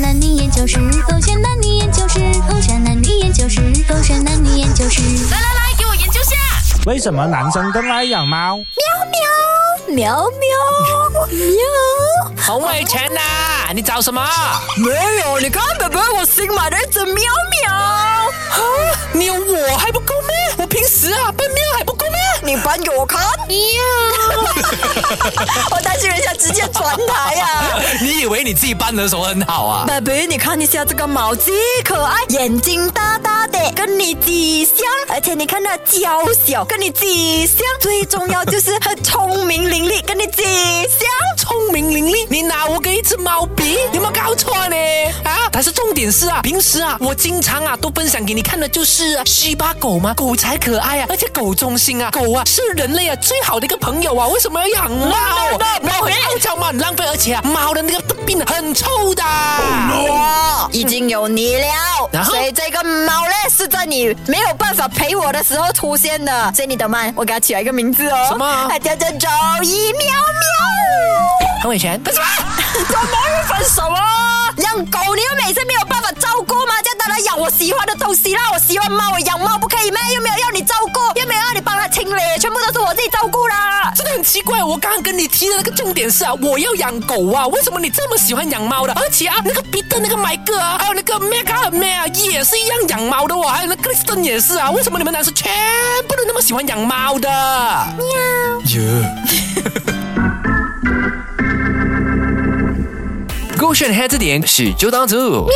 男女研究室，狗血男女研究室，狗血男女研究室，狗血男女研究室。来来来，给我研究下。为什么男生更爱养猫？喵喵喵！红伟全呐、啊你找什么？没有，你看贝贝，我新买的一只喵喵，啊，你有我还不够咩？我平时啊扮喵还不够咩？你搬给我看。我担心人家直接传台呀、你以为你自己扮的时候很好啊？贝贝，你看一下这个毛极可爱，眼睛大大的，跟你极像，而且你看它娇小，跟你极像，最重要就是它聪明伶俐，跟你极像。聪明伶俐，你拿我跟一只猫比，有没有搞错呢？啊！但是重点是啊，平时啊，我经常啊都分享给你看的就是啊，西巴狗嘛，狗才可爱啊，而且狗忠心啊，狗啊是人类啊最好的一个朋友啊，为什么要养猫？猫很傲娇嘛，很浪费，而且啊，猫的那个病啊很臭的。我已经有你了，然后所以这个猫呢是在你没有办法陪我的时候出现的，所以你懂吗？我给它起了一个名字哦，什么它叫做周一喵喵。黄伟全，什么？跟猫又分手啊？养狗你又每次没有办法照顾吗？叫当然养我喜欢的东西啦，我喜欢猫，我养猫不可以吗？又没有要你照顾，又没有要你帮它清理，全部都是我自己照顾 啦。 真的很奇怪，我刚刚跟你提的那个重点是啊，我要养狗啊，为什么你这么喜欢养猫的？而且啊，那个彼得、那个麦克啊，还有那个 m e g a 和 m 啊，也是一样养猫的哦，还有那 Kristen 也是啊，为什么你们男生全部都那么喜欢养猫的？勾选黑字典是就当主。喵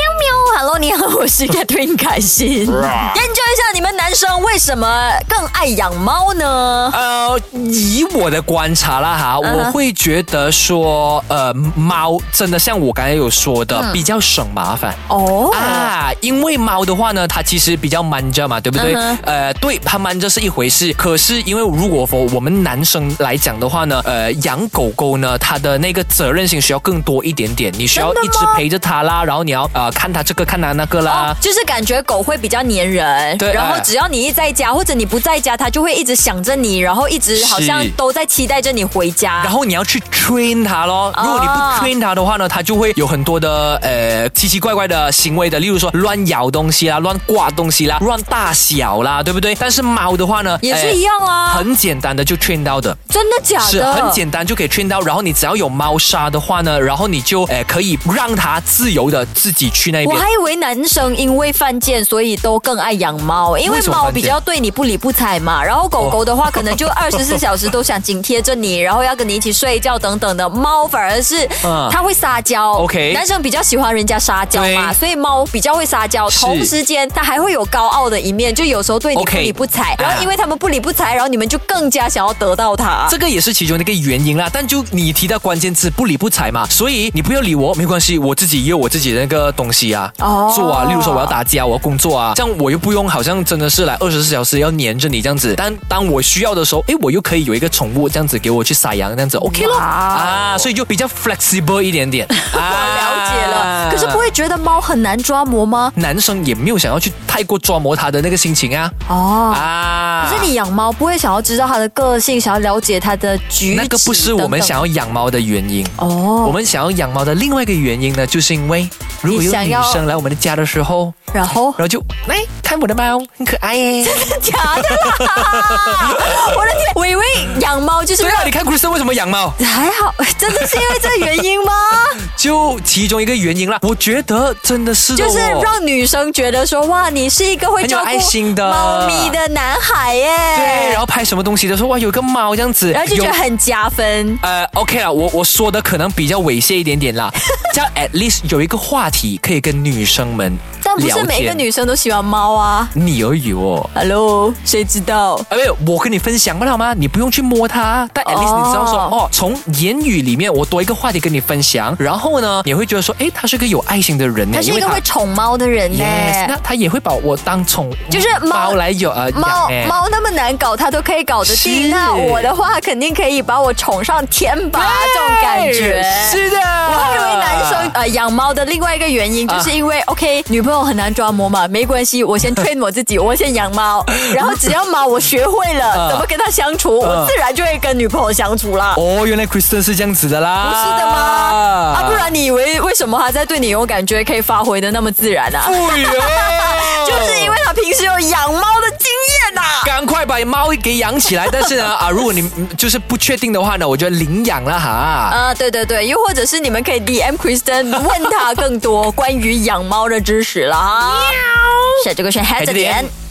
，Hello，你好，我是 Catherine 凯欣。研嗯究一下你们男生为什么更爱养猫呢？呃，以我的观察啦哈嗯哼我会觉得说，呃，猫真的像我刚才有说的，比较省麻烦。哦，啊，因为猫的话呢，它其实比较蛮着嘛，对不对嗯哼呃，对，它蛮着是一回事，可是因为如果说我们男生来讲的话呢，呃，养狗狗呢，它的那个责任心需要更多一点点，你需要真一的直吗陪着它啦，然后你要呃看它这个看它那个啦。哦，就是感觉狗会比较粘人，对然后哎只要你一在家或者你不在家，它就会一直想着你，然后一直好像是都在期待着你回家。然后你要去 train 它咯，如果你不哦 train 它的话呢，它就会有很多的呃奇奇怪怪的行为的，例如说乱咬东西啦、乱挂东西啦、乱大小啦，对不对？但是猫的话呢，也是呃一样啊很简单的就 train 到的。真的假是的？很简单就可以 train 到，然后你只要有猫砂的话呢，然后你就呃可以让它自由的自己去那我边还。以为男生因为犯贱，所以都更爱养猫，因为为什么猫犯比贱较对你不理不睬嘛。然后狗狗的话，可能就 二十四小时都想紧贴着你，然后要跟你一起睡觉等等的。猫反而是嗯它会撒娇 OK 男生比较喜欢人家撒娇嘛，对所以猫比较会撒娇。是同时间，它还会有高傲的一面，就有时候对你不 OK 理不睬。然后啊因为他们不理不睬，然后你们就更加想要得到它。这个也是其中的一个原因啦，但就你提到关键字不理不睬嘛，所以你不要理我，没关系，我自己也有我自己的那个东西啊，哦做啊，例如说我要打架，我要工作啊，这样我又不用好像真的是来二十四小时要黏着你这样子，但当我需要的时候，诶，我又可以有一个宠物这样子给我去撒羊，这样子 OK 咯哇哦啊，所以就比较 flexible 一点点，啊 我我了解了，可是不会觉得猫很难抓磨吗？男生也没有想要去太过捉摸他的那个心情啊哦，啊！可是你养猫不会想要知道它的个性，想要了解它的举止那个不是我们要想要养猫的原因。我哦，们想要养猫的另外一个原因呢，就是因为如果你有想女要生来我们的家的时候，然 后然后就来看我的猫，很可爱 耶。假的啦！我的天，我以为养猫就是对啊，你看 Kristen 为什么养猫？还好，真的是因为这个原因吗？就其中一个原因啦。我觉得真的 是的就是哦让女生觉得说哇，你是一个会很有照顾爱心的猫咪的男孩耶，对，然后拍什么东西的时候，哇，有个猫这样子，然后就觉有得很加分。呃，OK 啦，我我说的可能比较猥亵一点点 啦，这样 at least 有一个话题可以跟女生们但不聊是天每个女生都喜欢猫啊。你而已哦。 Hello，谁知道？哎，没有我跟你分享不了吗？你不用去摸它，但 at least 哦你知道说哦从言语里面我多一个话题跟你分享，然后呢，你会觉得说，哎，他是个有爱心的人呢，他是一个因为会宠猫的人呢。 Yes，那他也会把我当宠物就是猫猫来有呃猫养呢猫那么难搞，它都可以搞得定，是那我的话肯定可以把我宠上天吧，这种感觉。哎是的，啊我还以为男生呃养猫的另外一个原因，就是因为、OK 女朋友很难抓摸嘛，没关系，我先 train 我自 己，我先养猫，然后只要猫我学会了啊怎么跟它相处，我啊自然就会跟女朋友相处啦。哦，原来 Kristen 是这样子的啦，不是的吗？啊，不然你以为为什么他在对你有感觉可以发挥的那么自然啊？哎呦 就是因为他平时有养猫的经验啊呐、赶快把猫给养起来。但是呢，啊，如果你嗯就是不确定的话呢，我觉得领养了哈。啊，对对对，又或者是你们可以 DM Kristen 问他更多关于养猫的知识啦。哈。下这个选 h a d 黑着点点。